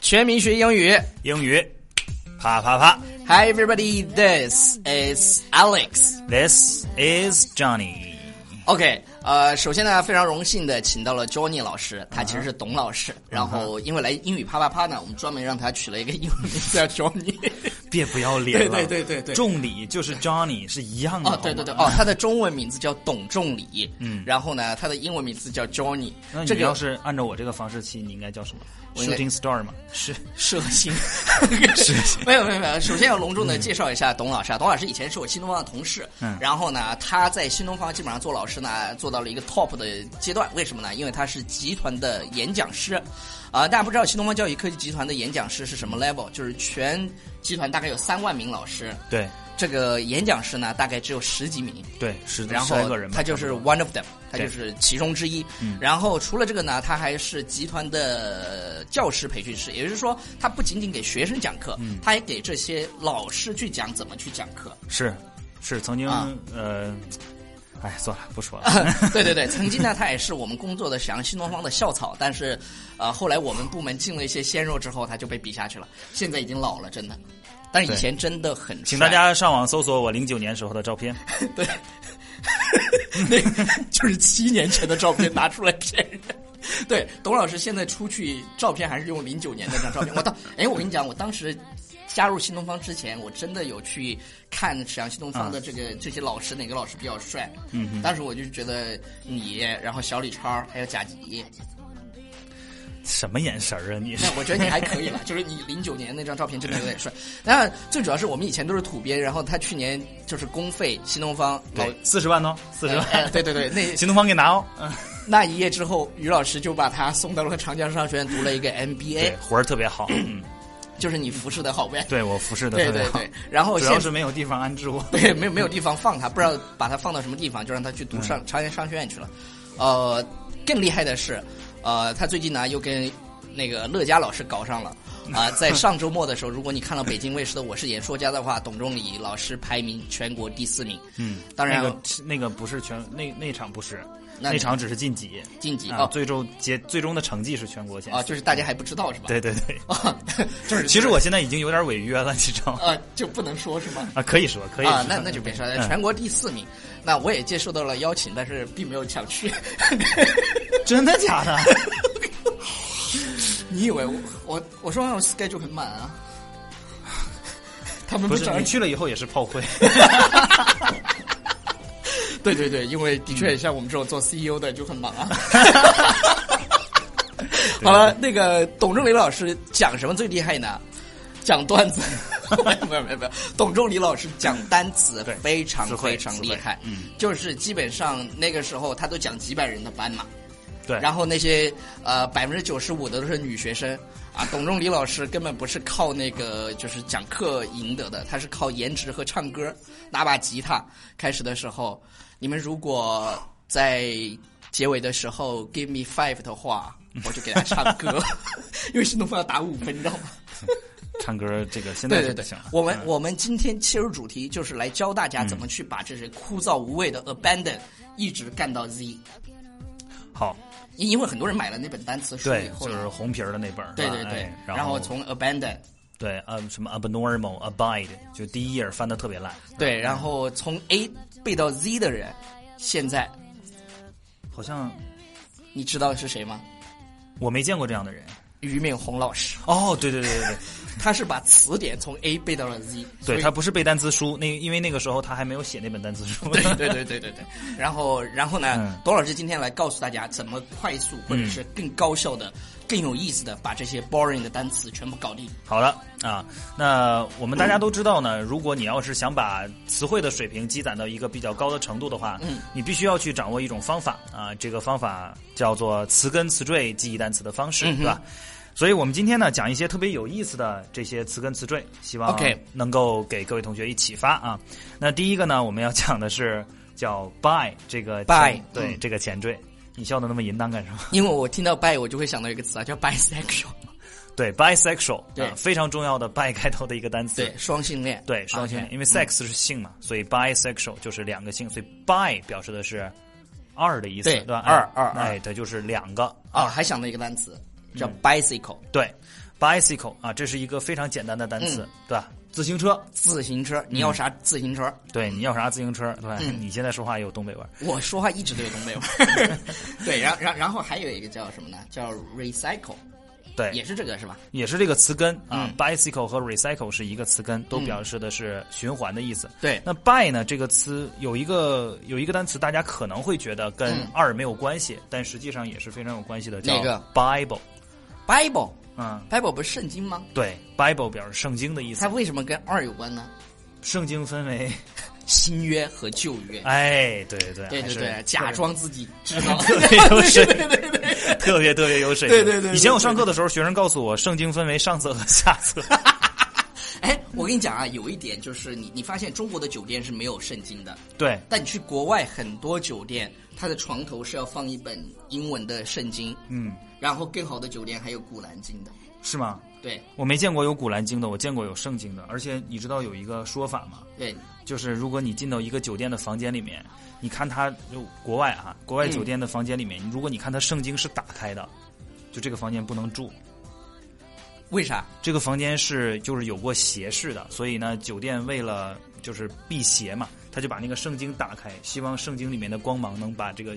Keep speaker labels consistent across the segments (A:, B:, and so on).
A: 全民学英语。
B: 英语，啪啪啪。
A: Hi everybody, this is Alex.
B: This is Johnny。
A: OK，呃，首先呢，非常荣幸的请到了 Johnny 老师，他其实是董老
B: 嗯
A: 师。然后因为来英语啪啪啪呢，我们专门让他取了一个英文名字 叫 Johnny。
B: 别不要脸了，
A: 对对对对对
B: 重礼就是 Johnny 是一样的，
A: 哦，对对对，
B: 好吗
A: 哦，他的中文名字叫董仲礼，嗯，然后呢，他的英文名字叫 Johnny。
B: 那
A: 这
B: 你
A: 个
B: 要是按照我这个方式起，你应该叫什么
A: 我应该
B: ？Shooting Star 嘛，
A: 是射星，射星没有没有没有。首先要隆重的介绍一下董老师啊，董老师以前是我新东方的同事，
B: 嗯
A: 然后呢，他在新东方基本上做老师呢，做到了一个 top 的阶段。为什么呢？因为他是集团的演讲师，啊、大家不知道新东方教育科技集团的演讲师是什么 level，就是全集团大概有三万名老师，
B: 对
A: 这个演讲师呢大概只有十几名，
B: 对，十
A: 然
B: 十
A: 后
B: 来个人吧，
A: 他就是
B: 差不多
A: one of them，他
B: 对嗯
A: 就是其中之一。然后除了这个呢，他还是集团的教师培训师，也就是说，他不仅仅给学生讲课，
B: 嗯
A: 他也给这些老师去讲怎么去讲课。
B: 是是曾经
A: 啊
B: 呃，哎，算了，不说了。
A: 对对对，曾经 呢，他也是我们工作的沈阳新东方的校草，但是，呃，后来我们部门进了一些鲜肉之后，他就被比下去了。现在已经老了，真的，但是以
B: 对
A: 前真的很帅。
B: 请大家上网搜索我零九年时候的照片。
A: 对， 那就是七年前的照片拿出来骗人。 对，董老师现在出去照片还是用零九年那张照片。我当，哎，我跟你讲，我当时加入新东方之前，我真的有去看沈阳新东方的这个、这些老师哪个老师比较帅。嗯，当时我就觉得你，然后小李超还有贾吉，
B: 什么眼神儿啊你？
A: 那我觉得你还可以了， 就是你零九年那张照片真的有点帅。那最主要是我们以前都是土鳖，然后他去年就是公费新东方老
B: 对，四十万哦，四十
A: 哎哎哎
B: 万。
A: 对对对，那
B: 新东方给拿哦。嗯
A: 那一夜之后，于老师就把他送到了长江商学院读了一个
B: 对
A: MBA，，
B: 活儿特别好。嗯，
A: 就是你服侍的好呗。
B: 对我服侍的
A: 对
B: 特别
A: 对
B: 好。
A: 对，然后
B: 主
A: 现
B: 要是没有地方安置我。
A: 对没有没有地方放他，不知道把他放到什么地方，就让他去读
B: 嗯
A: 上长江商学院去了。呃，更厉害的是，呃，他最近呢又跟那个乐嘉老师搞上了。啊、 在上周末的时候，如果你看到北京卫视的《我是演说家》的话，董仲礼老师排名全国第四名。
B: 嗯，
A: 当然
B: 那个那个不是全那那场不是，
A: 那
B: 那场只是晋级
A: 晋级
B: 啊，
A: 哦
B: 最终结最终的成绩是全国前
A: 啊，
B: 四。
A: 就是大家还不知道是吧？
B: 对对对，
A: 啊， 就是
B: 其实我现在已经有点违约了，你知道吗？
A: 呃就不能说是吗？
B: 啊，可以说可以
A: 啊
B: 说，
A: 那那就别说了，
B: 嗯
A: 全国第四名。那我也接受到了邀请，但是并没有想去。
B: 真的假的？
A: 你以为我我我说我 schedule 很满啊？他们
B: 不是
A: 找
B: 你
A: 你
B: 去了以后也是炮灰。
A: 对对对，因为的
B: 嗯
A: 确像我们这种做 CEO 的就很忙 啊。好了，那个董仲礼老师讲什么最厉害呢？讲段子， 没有没有没有，董仲礼老师讲单词
B: 对
A: 非常
B: 词汇
A: 非常
B: 词
A: 厉
B: 汇
A: 害，
B: 嗯，
A: 就是基本上那个时候他都讲几百人的班嘛，
B: 对，
A: 然后那些呃百分之九十五的都是女学生啊，董仲礼老师根本不是靠那个就是讲课赢得的，他是靠颜值和唱歌，拿把吉他。开始的时候，你们如果在结尾的时候 give me five 的话，我就给他唱歌，因为新东方要打五分，你知道吗？
B: 唱歌这个现在
A: 对
B: 就
A: 对
B: 不
A: 对
B: 行了，。
A: 我们
B: 嗯
A: 我们今天切入主题就是来教大家怎么去把这些枯燥无味的 abandon 一直干到 Z，
B: 好，
A: 因因为很多人买了那本单词书
B: 对
A: 以，后
B: 就
A: 呢
B: 是红皮儿的那本儿，
A: 对
B: 是吧
A: 对对
B: 哎，
A: 然
B: 后
A: 从 abandon，
B: 对呃什么 abnormal abide，就第一页翻的特别烂，
A: 对，然后从 A 背到 Z 的人，现在
B: 好像
A: 你知道是谁吗？
B: 我没见过这样的人。
A: 俞敏洪老 师，
B: 哦，对对对对
A: 他是把词典从 A 背到了 Z，
B: 对，
A: 所以
B: 对他不是背单词书，那因为那个时候他还没有写那本单词书。
A: 对对对对对对，然后然后呢
B: 嗯，
A: 董老师今天来告诉大家怎么快速或者是更高效的、更有意思的把这些 boring 的单词全部搞定。
B: 好了啊，那我们大家都知道呢，如果你要是想把词汇的水平积攒到一个比较高的程度的话，
A: 嗯，
B: 你必须要去掌握一种方法啊，这个方法叫做词根词缀记忆单词的方式，
A: 嗯哼
B: 对吧？所以我们今天呢，讲一些特别有意思的这些词根词缀，希望
A: OK
B: 能够给各位同学一启发啊。那第一个呢，我们要讲的是叫 by 这个
A: by，
B: 前对、
A: 嗯
B: 这个前缀，你笑的那么淫荡干什么？
A: 因为我听到 bi 我就会想到一个词啊， 叫 bisexual，
B: 对，bisexual，
A: 对
B: 啊非常重要的 bi 开头的一个单词，
A: 对，双性恋，
B: 对，双性恋，因为
A: 嗯
B: sex 是性嘛，所以 bisexual 就是两个性，所以 bi 表示的是二的意思，
A: 对
B: 对吧？
A: 二
B: 哎
A: 二二哦
B: 哎，对，就是两个。
A: 嗯啊，还想到一个单词叫 bicycle，
B: 对 bicycle 啊，这是一个非常简单的单
A: 嗯
B: 词，对吧？自行车，
A: 自行车，你要啥自行车？
B: 对，你要啥自行车？对吧，
A: 嗯
B: 你现在说话也有东北味儿。
A: 我说话一直都有东北味儿。 对，然然然后还有一个叫什么呢？叫 recycle，
B: 对，
A: 也是这个是吧？
B: 也是这个词根啊、
A: 嗯
B: b i c y c l e 和 recycle 是一个词根，都表示的是循环的意思。
A: 对
B: 那 by 呢这个词有一个有一个单词，大家可能会觉得跟
A: 嗯
B: 二没有关系，但实际上也是非常有关系的，叫
A: 哪个
B: Bible。
A: ，Bible，Bible
B: 嗯，
A: 不是圣经吗？
B: 对，Bible 表示圣经的意
A: 它
B: 思。
A: 为什么跟二有关呢？
B: 圣经分为，
A: 新约和旧约。
B: 哎，对对
A: 对
B: 还
A: 对
B: 是
A: 对，假装自己知 道。
B: 有水
A: 对对对对对。
B: 特别特别 有水平。
A: 对对对对对
B: 以前我上课的时候，学生告诉我，圣经分为上册和下册。
A: 哎，我跟你讲啊，有一点就是你你发现中国的酒店是没有圣经的，
B: 对，
A: 但你去国外很多酒店，它的床头是要放一本英文的圣经，
B: 嗯，
A: 然后更好的酒店还有古兰经的。
B: 是吗？
A: 对
B: 我没见过有《古兰经》的，我见过有圣经的。而且你知道有一个说法吗？
A: 对，
B: 就是如果你进到一个酒店的房间里面，你看它就国外啊，
A: 嗯
B: 国外酒店的房间里面，如果你看它圣经是打开的，就这个房间不能住。
A: 为啥？
B: 这个房间是就是有过邪事的，所以呢，酒店为了就是避邪嘛，他就把那个圣经打开，希望圣经里面的光芒能把这个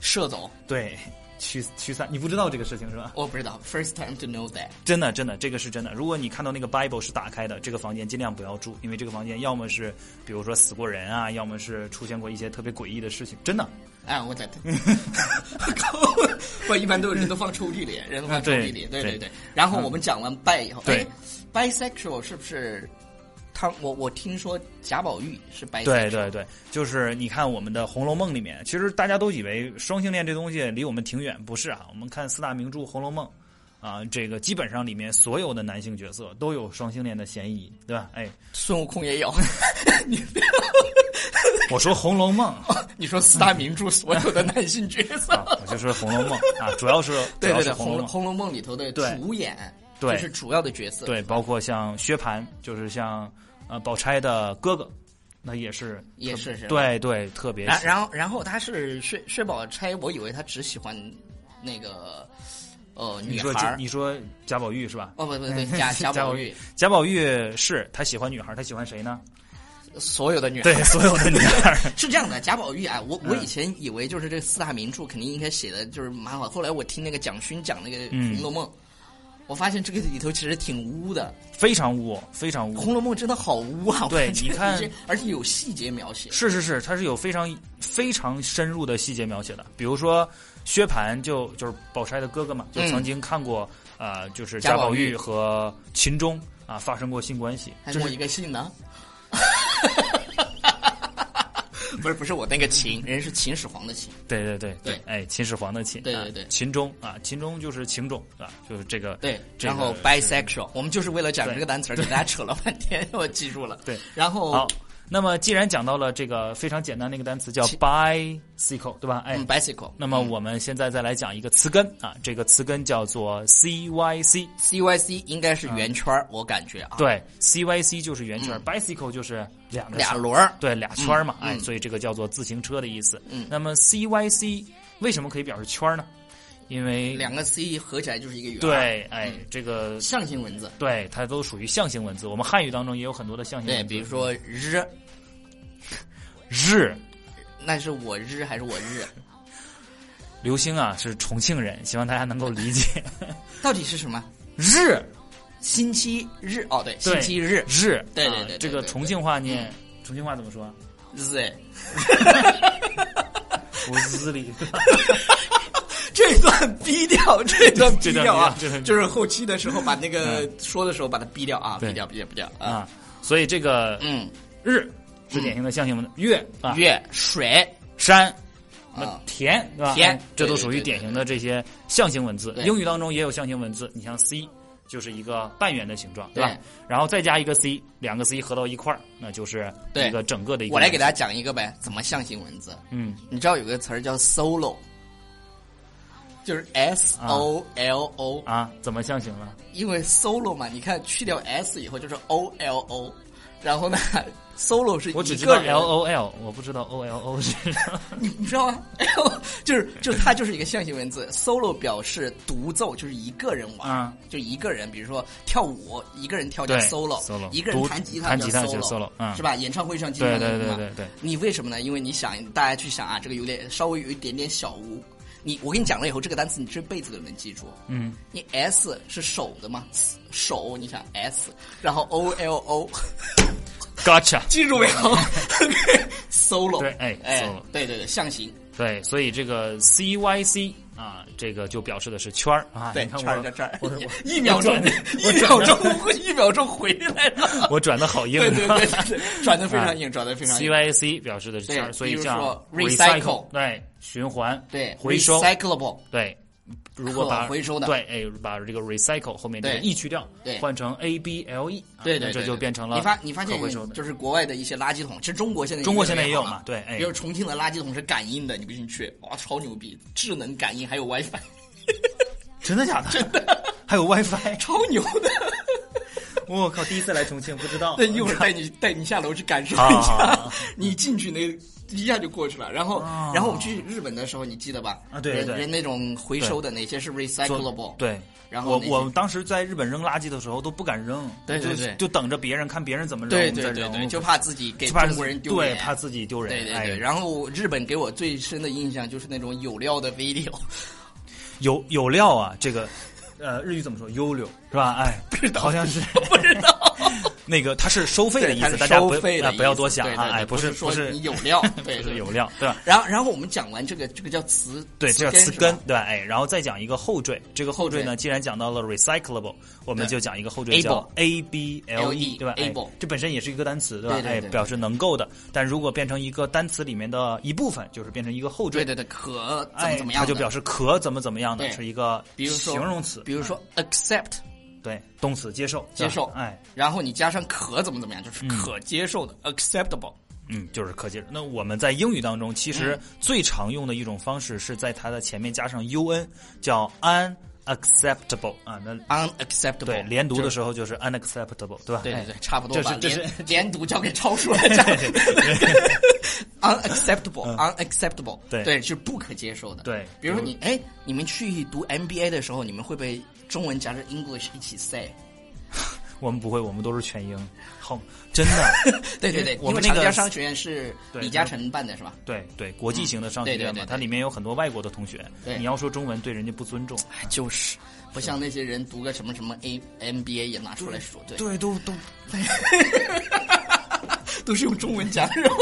A: 射走？
B: 对驱驱散。你不知道这个事情是吧？
A: 我不知道，first time to know that。
B: 真的，真的，这个是真的。如果你看到那个 Bible 是打开的，这个房间尽量不要住，因为这个房间要么是比如说死过人啊，要么是出现过一些特别诡异的事情。真的，
A: 哎，我在， 靠！我一般都人都放抽屉里，人都放抽屉里，
B: 对
A: 对
B: 对
A: 对对。然后我们讲完 bi 以后，
B: 对
A: 哎，bisexual 是不是？他我我听说贾宝玉是 bisexual，
B: 对对对，就是你看我们的《红楼梦》里面，其实大家都以为双性恋这东西离我们挺远，不是啊？我们看四大名著《红楼梦》，啊，这个基本上里面所有的男性角色都有双性恋的嫌疑，对吧？哎，
A: 孙悟空也有。
B: 我说《红楼梦》
A: 你说四大名著所有的男性角色，
B: 啊，我就说《红楼梦》啊，主要是主
A: 对
B: 要
A: 对
B: 是
A: 对，
B: 《红
A: 红
B: 楼梦》
A: 红楼梦》里头的
B: 对
A: 主演，
B: 对
A: 就是主要的角色，
B: 对，包括像薛蟠，就是像呃宝钗的哥哥，那也是
A: 也是是吧。哎
B: 对对特别
A: 然
B: 喜
A: 然后然后他是薛薛宝钗，我以为他只喜欢那个呃
B: 你
A: 女
B: 说
A: 孩
B: 这
A: 儿，
B: 你说贾宝玉是吧？
A: 哦不不不贾贾
B: 贾
A: 宝
B: 宝
A: 玉，
B: 贾宝玉是他喜欢女孩，他喜欢谁呢？
A: 所有的 女孩
B: 对
A: 儿，
B: 所有的女孩。
A: 是这样的，贾宝玉啊，我我
B: 嗯
A: 以前以为就是这四大名著肯定应该写的就是蛮好，后来我听那个蒋勋讲那个《
B: 嗯
A: 红楼梦》，我发现这个里头其实挺污的，
B: 非常污，非常
A: 《
B: 污。
A: 红楼梦》真的好污啊！
B: 对
A: 我觉得
B: 你看
A: 这些，而且有细节描写，
B: 是是是，它是有非常非常深入的细节描写的，比如说薛蟠就就是宝钗的哥哥嘛，就
A: 嗯
B: 曾经看过啊、呃就是
A: 贾
B: 贾
A: 宝
B: 宝玉
A: 玉
B: 和秦钟啊发生过性关系，
A: 还
B: 这
A: 有
B: 是
A: 一个信呢。 不是不是我那个秦，人是秦始皇的秦。
B: 对对对
A: 对
B: 哎，秦始皇的秦，
A: 对对
B: 啊
A: 对
B: 秦钟啊，秦钟就是秦种啊，就是这个
A: 对，
B: 这
A: 然后
B: 个
A: bisexual，我们就是为了讲
B: 对
A: 这个单词儿，给大家扯了半天， 我记住了。
B: 对，
A: 然后
B: 好。那么既然讲到了这个非常简单的一个单词叫
A: 其
B: bicycle，对吧？哎，
A: 嗯，bicycle，
B: 那么我们现在再来讲一个词根啊，这个词根叫做 cyc，
A: CYC 应该是
B: 嗯
A: 圆圈儿，我感觉啊，，嗯
B: 对，cyc 就是圆圈、b i c y c l e 就是两个
A: 俩
B: 圈儿
A: 轮儿，
B: 对俩圈儿嘛，
A: 嗯
B: 哎，
A: 嗯
B: 所以这个叫做自行车的意思。
A: 嗯
B: 那么 cyc 为什么可以表示圈儿呢？因为
A: 两个 C 合起来就是一个圆，，
B: 对，哎
A: 嗯，
B: 这个
A: 象形文字，
B: 对，它都属于象形文字。我们汉语当中也有很多的象形
A: 对，
B: 文字，
A: 比如说日，
B: 日。
A: 那是我日还是我日？
B: 刘星啊是重庆人，希望大家能够理解。
A: 到底是什么？
B: 日
A: 星期日哦，对，
B: 对
A: 星期日
B: 日，
A: 对对
B: 啊
A: 对对
B: 这个
A: 对嗯
B: 重庆话念，重庆话怎么说？啊
A: 日，
B: 我日里，
A: 这段逼掉，这段逼掉啊
B: 这段逼掉这啊段逼掉，
A: 就是后期的时候把那个说的时候把它逼掉啊，逼掉，逼掉，逼掉啊，
B: 啊，所以这个
A: 嗯，
B: 日是典型的象形文字，月啊
A: 月水
B: 山。
A: 啊，
B: 田对吧？
A: 田
B: 哎这都
A: 对对
B: 属于
A: 对对
B: 典型的这些象形文字。
A: 对
B: 英语当中也有象形文字，你像 C 就是一个半圆的形状，对吧
A: 对？
B: 然后再加一个 C，两个 C 合到一块儿，那就是
A: 对
B: 一个整个的一个。
A: 我来给大家讲一个呗，怎么象形文字？
B: 嗯，
A: 你知道有个词儿叫 solo，就是
B: 啊
A: S O L O，
B: 啊，怎么象形了？
A: 因为 solo 嘛，你看去掉 S 以后就是 O L O，然后呢，Solo 是
B: 我只
A: 一
B: 知道
A: 个人
B: L O L，我不知道 O L O 是什么。
A: 你你知道吗？ 就是就是它就是一个象形文字，solo 表示独奏，就是一个人玩，
B: 嗯
A: 就一个人，比如说跳舞，一个人跳叫
B: 对
A: solo，,
B: solo，
A: 一个人
B: 独
A: 弹吉
B: 弹
A: 叫
B: 吉他叫 solo，嗯
A: 是吧？演唱会上经常
B: 对
A: 能
B: 对
A: 听
B: 对
A: 到
B: 对对，
A: 你为什么呢？因为你想，大家去想啊，这个有点稍微有一点点小污。你我跟你讲了以后，这个单词你这辈子都能记住。
B: 嗯，
A: 你 S 是手的嘛？手，你想 S，然后 O L O，
B: Gotcha。
A: 记住没 有？Solo，
B: 对哎
A: 哎
B: solo
A: 对对对，象形。
B: 对，所以这个 C Y C 啊，这个就表示的是圈儿啊。
A: 对，
B: 你看
A: 圈儿在
B: 我
A: 这儿
B: 我，
A: 一一秒钟
B: 我 转，
A: 一秒钟，一秒钟回来了。
B: 我转的啊好硬啊。
A: 对对对对 对，转的非常硬，转的非常
B: C
A: 硬。
B: Y C 表示的是圈儿，
A: 对
B: 所以
A: 比如
B: 像
A: 说 recycle
B: 对，循环，
A: 对，
B: 回收，
A: recyclable，
B: 对。如果把
A: 可回收的
B: 对，哎，把这个 recycle 后面这个
A: 对
B: e 去掉
A: 对，
B: 换成 a b l e，啊
A: 对
B: 那
A: 对，
B: 这
A: 对
B: 就
A: 对
B: 变成了
A: 你发你发现
B: 可回收的
A: 就是国外的一些垃圾桶，其实中国现在
B: 中国现在
A: 也
B: 也
A: 越来
B: 有
A: 越好
B: 嘛
A: 了，
B: 对，哎
A: 比，如重庆的垃圾桶是感应的，你不信去，哇，超牛逼，智能感应还有 WiFi，
B: 真的假的？真的， 还有 WiFi，
A: 超牛的。
B: 我靠，第一次来重庆不知道
A: 对，一会儿带你带你下楼去感受
B: 好
A: 一
B: 好好
A: 下
B: 好，
A: 你进去那一下就过去了。然后，
B: 啊
A: 然后我们去日本的时候，你记得吧？
B: 啊对
A: 人
B: 对
A: 人那种回收的那些是 recyclable，，
B: 对，
A: 然
B: 我
A: 后那些
B: 我当时在日本扔垃圾的时候都不敢扔，
A: 对对
B: 就
A: 对
B: 就等着别人看别人怎么扔，
A: 对
B: 我们
A: 对
B: 再
A: 对
B: 扔，
A: 对，就怕自己给
B: 就怕
A: 中国人丢
B: 对，
A: 脸。
B: 怕自己丢人，
A: 对对
B: 哎
A: 对，然后日本给我最深的印象就是那种有料的 video，
B: 有有料啊，这个呃日语怎么说优溜是吧？哎，好像 是
A: 不知 道，
B: 那个它是收费的
A: 对，
B: 意
A: 它
B: 思，
A: 是
B: 大家
A: 收
B: 不
A: 费
B: 啊
A: 的，
B: 不要多想
A: 意思
B: 啊，
A: 对对
B: 哎，
A: 对
B: 不
A: 不
B: 是
A: 说
B: 是
A: 你有料，对
B: 不是
A: 对
B: 有料对吧？
A: 然后，然后我们讲完这个，这个叫词，
B: 对，这叫词
A: 是吧
B: 根，对吧？哎，然后再讲一个后缀，这个后
A: 后
B: 缀
A: 缀
B: 呢，既然讲到了 recyclable，我们
A: 对
B: 就讲一个后缀叫 a b l e，
A: able
B: 对吧？哎
A: able，
B: 这本身也是一个单词，对吧
A: 对？对
B: 哎，
A: 对
B: 表示能够的，但如果变成一个单词里面的一部分，就是变成一个后
A: 对对
B: 缀，
A: 对，可怎么
B: 哎
A: 怎么，样
B: 它
A: 的，
B: 就表示可怎么怎么样的，
A: 对
B: 是一个
A: 比如说
B: 形容词，哎
A: 比如说 accept，
B: 对，动词接受，对
A: 接
B: 吧
A: 受
B: 哎，
A: 然后你加上可怎么怎么样，就是可接受的、acceptable。
B: 嗯，就是可接受。那我们在英语当中，其实
A: 嗯
B: 最常用的一种方式是在它的前面加上 un，叫 unacceptable 啊。那
A: unacceptable，
B: 对连读的时候就是 unacceptable，对
A: 哦
B: 吧？
A: 对对对
B: 哎，
A: 差不多吧。
B: 这是这
A: 连连读交给超叔来讲。unacceptable，unacceptable，
B: 嗯对
A: 对，是不可接受的。
B: 对
A: 比如说你，哎，你们去读 MBA 的时候，你们会不会中文夹着 English 一起 say？
B: 我们不会，我们都是全英。好，真的，
A: 对对对，
B: 我们
A: 因为
B: 那
A: 长
B: 个
A: 江商学院是
B: 对
A: 李嘉诚办的是吧？
B: 对对，国际型的商学
A: 嗯
B: 院
A: 对对
B: 嘛
A: 对，对
B: 它里面有很多外国的同学，
A: 对
B: 你要说中文对人家不尊重，
A: 就是，不像那些人读个什么什么 A MBA 也拿出来说，对，
B: 对，都都
A: 都是用中文讲是吧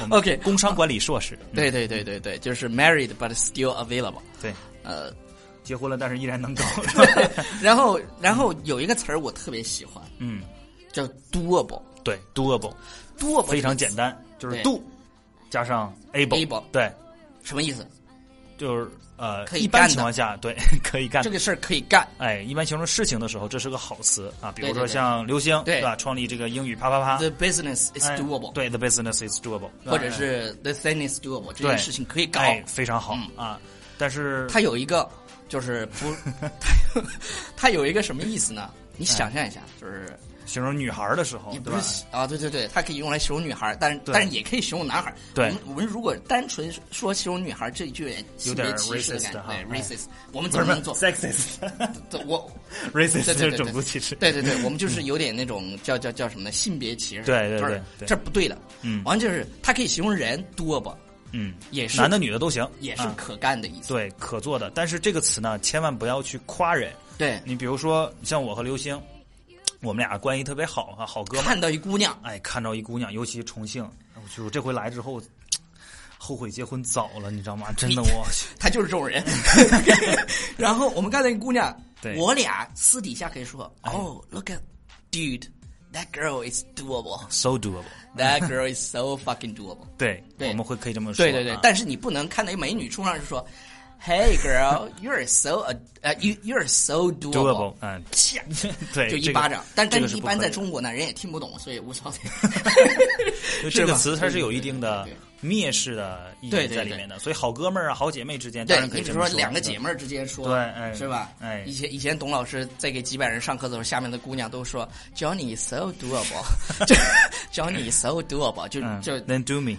B: 我们
A: ？OK，
B: 工商管理硕士，嗯
A: 对对对对对，就是 married but still available。
B: 对，
A: 呃，
B: 结婚了但是依 然能搞，
A: 然后然后有一个词儿我特别喜欢，
B: 嗯，
A: 叫 doable。
B: 对，doable，
A: doable
B: 非常简单，就是
A: 对
B: do 加上 able，
A: able
B: 对。
A: 什么意思？
B: 就是呃，
A: 可以
B: 一般
A: 干的
B: 情况下，对， 可以干
A: 这。个事儿可以干。
B: 哎，一般形容事情的时候，这是个好词啊。比如
A: 对对
B: 说
A: 对
B: 像刘星，
A: 对
B: 吧？创立这个英语啪啪啪
A: The business is
B: 哎
A: doable，、
B: 对，the business is doable，
A: 或者是 the thing is doable，这
B: 对
A: 件事情可以搞。
B: 哎，非常好
A: 嗯
B: 啊。但是
A: 它有一个就是 不，它它有一个什么意思呢？你想象一下，就是
B: 形容女孩儿的时候，
A: 也不
B: 哎哦对吧？
A: 是啊，对对对，它可以用来形容女孩儿，但是
B: 对
A: 但是也可以形容男孩儿。
B: 对
A: 我们我们如果单纯说形容女孩儿，这就有点性别歧视的感觉，
B: 有点 racist 哈
A: 对
B: 哎
A: racist。我们
B: 不
A: 怎
B: 是
A: 么能做？
B: sexist，racist
A: 对我
B: 是
A: 对对对
B: 种族歧视。
A: 对对 对，我们就是有点那种叫叫叫什么呢？性别歧视。
B: 对对
A: 就是
B: 对对
A: 这不对的。
B: 嗯
A: 完就是它可以形容人多不，
B: 嗯，
A: 也是
B: 男的女的都行，
A: 也是
B: 啊
A: 可干的意思。
B: 对可做的。但是这个词呢，千万不要去夸人。
A: 对，
B: 你比如说，像我和刘星，我们俩关系特别好啊，好哥们儿。
A: 看到一姑娘，
B: 哎，看着一姑娘，尤其重庆，我就这回来之后，后悔结婚早了，你知道吗？真的， 我去
A: 她就是这种 人。然后我们看到一姑娘
B: 对，哎
A: 我俩私底下可以说，哦，look at dude。That girl is doable.
B: so doable。
A: That girl is so fucking doable.
B: 对，
A: 对
B: 我们会可以这么说。
A: 对对对
B: 啊，
A: 但是你不能看到一美女冲上去说，Hey girl, you're so 呃、you you're so
B: doable，嗯，
A: 啪
B: 对，
A: 就
B: 哎这
A: 一
B: 个
A: 巴掌。但
B: 这
A: 但
B: 个
A: 是
B: 是
A: 一
B: 不
A: 般
B: 可
A: 在
B: 以的
A: 中国呢，人也听不懂，所以无所谓。
B: 就这个
A: 吧
B: 词它是有一定
A: 对
B: 的
A: 对对对
B: 蔑视的意
A: 对
B: 义
A: 对
B: 在里
A: 对
B: 面的。所以好哥们儿啊、好姐妹之间，当
A: 对
B: 然可
A: 你
B: 以
A: 比
B: 这
A: 如
B: 么
A: 说
B: 说嗯
A: 两个
B: 对
A: 姐妹儿之间说，
B: 对哎
A: 是吧？
B: 哎
A: 以前以前董老师在给几百人上课的时候，下面的姑娘都说 Johnny so doable，就 Johnny so doable，就
B: 嗯
A: 就
B: ，Then do me，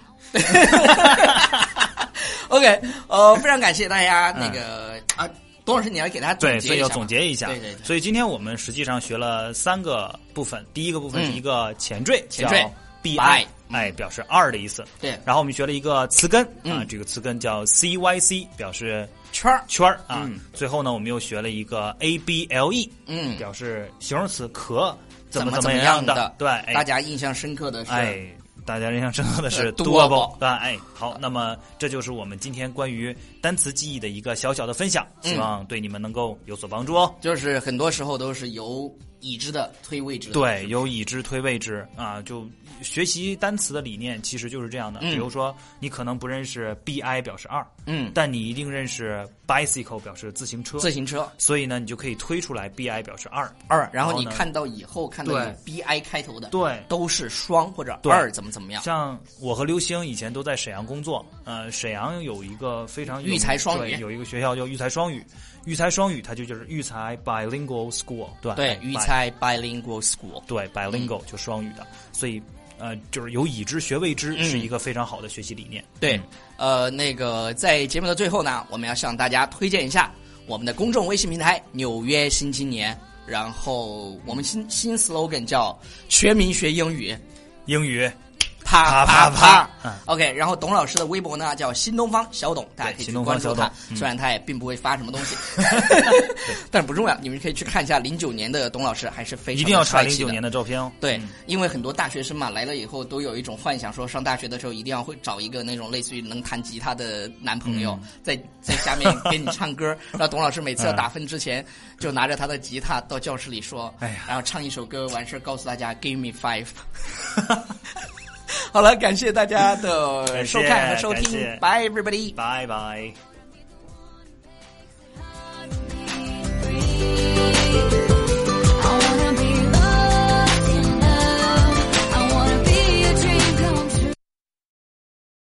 A: OK，呃，非常感谢大家那个啊，董老师你来给大家总
B: 嗯对，
A: 结
B: 所以
A: 一
B: 要
A: 下
B: 总
A: 吧
B: 结一下。
A: 对对对
B: 所以今天我们实际上学了三个部分，第一个部分是
A: 嗯
B: 一个前缀，
A: 前缀
B: 叫 b
A: by，
B: i，哎，表示二的意思。
A: 对
B: 然后我们学了一个词根啊
A: 嗯，
B: 这个词根叫 c y c，表示
A: 圈儿，
B: 圈儿啊
A: 嗯。
B: 最后呢，我们又学了一个 a b l e，
A: 嗯，
B: 表示形容词可怎
A: 么
B: 么
A: 么
B: 么
A: 样
B: 的，对，哎
A: 大家印象深刻的是，
B: 哎，大家印象深刻的是
A: 多
B: 多
A: 宝
B: 对吧？哎，好，那么这就是我们今天关于单词记忆的一个小小的分享，
A: 嗯
B: 希望对你们能够有所帮助哦。
A: 就是很多时候都是由已知的推未知的，
B: 对，由已知推未知啊，就学习单词的理念其实就是这样的。
A: 嗯
B: 比如说，你可能不认识 b i 表示二，
A: 嗯，
B: 但你一定认识 bicycle 表示自行车，
A: 自行车
B: 所以呢，你就可以推出来 b i 表示二。
A: 二，然后
B: 然后
A: 你
B: 呢
A: 看到以后看到有
B: 对
A: B I 开头的，
B: 对
A: 都是双或者
B: 对
A: 二怎么怎么样，
B: 像我和刘星以前都在沈阳工作，呃，沈阳有一个非常有名
A: 育才双语
B: 对有一个学校叫育才双语，育才双语它就就是育才 bilingual school，对吧
A: 对
B: 哎，
A: 育
B: bi-
A: 才 bilingual school，
B: 对 bilingual
A: 嗯
B: 就双语的，所以呃，就是有已知学未知
A: 嗯
B: 是一个非常好的学习理念。
A: 对
B: 嗯，
A: 呃，那个在节目的最后呢，我们要向大家推荐一下我们的公众微信平台《纽约新青年》，然后我们新新 slogan 叫“全民学英语
B: 英语”，
A: 啪啪
B: 啪啪嗯
A: OK，然后董老师的微博呢叫新东方小董，大家可以去
B: 对新东
A: 关
B: 方
A: 注
B: 小
A: 他
B: 董。嗯
A: 虽然他也并不会发什么东 西， 但不重要，你们可以去看一下零九年的董老师，还是非常
B: 一定要查
A: 帅
B: 零
A: 气
B: 九
A: 的
B: 年。的照片哦。
A: 对
B: 嗯，
A: 因为很多大学生嘛，来了以后都有一种幻想，说上大学的时候一定要会找一个那种类似于能弹吉他的男朋友，
B: 嗯
A: 在在下面给你唱 歌。然后董老师每次要打分之前，就拿着他的吉他到教室里说，
B: 哎呀
A: 然后唱一首歌，完事儿告诉大家 “Give me five”。好了，感谢大家的
B: 感谢
A: 收看和收
B: 感
A: 听
B: 谢
A: ，Bye everybody。
B: 拜拜。